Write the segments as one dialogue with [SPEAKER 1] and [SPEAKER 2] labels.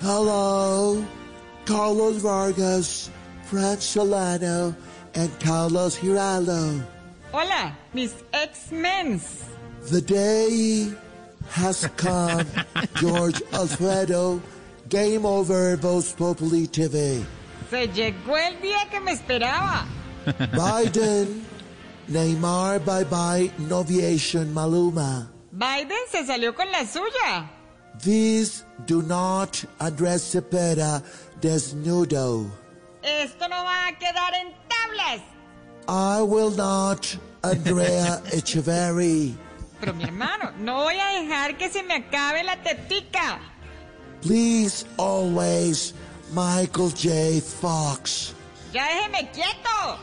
[SPEAKER 1] Hello, Carlos Vargas, Fran Solano, and Carlos Hiralo.
[SPEAKER 2] Hola, mis ex-mens.
[SPEAKER 1] The day has come, George Alfredo. Game over, Voz Populi TV.
[SPEAKER 2] Se llegó el día que me esperaba.
[SPEAKER 1] Biden, Neymar, bye bye, Noviation, Maluma.
[SPEAKER 2] Biden se salió con la suya.
[SPEAKER 1] These do not address Cepeda desnudo.
[SPEAKER 2] Esto no va a quedar en tablas.
[SPEAKER 1] I will not, Andrea Echeverry.
[SPEAKER 2] Pero mi hermano, no voy a dejar que se me acabe la tetica.
[SPEAKER 1] Please always, Michael J. Fox.
[SPEAKER 2] Ya déjeme quieto.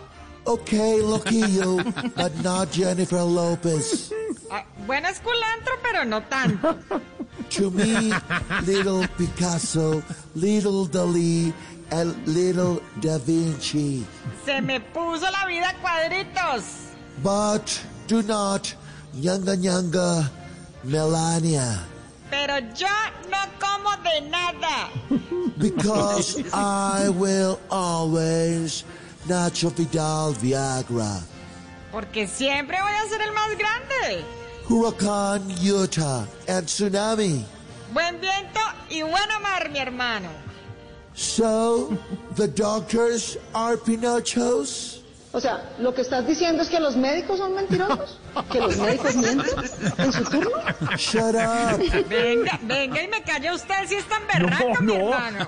[SPEAKER 1] Okay, lucky you, but not Jennifer Lopez.
[SPEAKER 2] Ah, bueno es culantro, pero no tanto.
[SPEAKER 1] To me, little Picasso, little Dalí, and little Da Vinci.
[SPEAKER 2] Se me puso la vida a cuadritos.
[SPEAKER 1] But do not, Nyanga Nyanga, Melania.
[SPEAKER 2] Pero yo no como de nada.
[SPEAKER 1] Because I will always, Nacho Vidal Viagra.
[SPEAKER 2] Porque siempre voy a ser el más grande.
[SPEAKER 1] Huracan Utah and Tsunami.
[SPEAKER 2] Buen viento y buena mar, mi hermano.
[SPEAKER 1] So, the doctors are Pinochos?
[SPEAKER 3] O sea, lo que estás diciendo es que los médicos son mentirosos, que los médicos mienten en su turno.
[SPEAKER 1] Shut up.
[SPEAKER 2] Venga, venga y me calla usted si es tan berraco, mi hermano.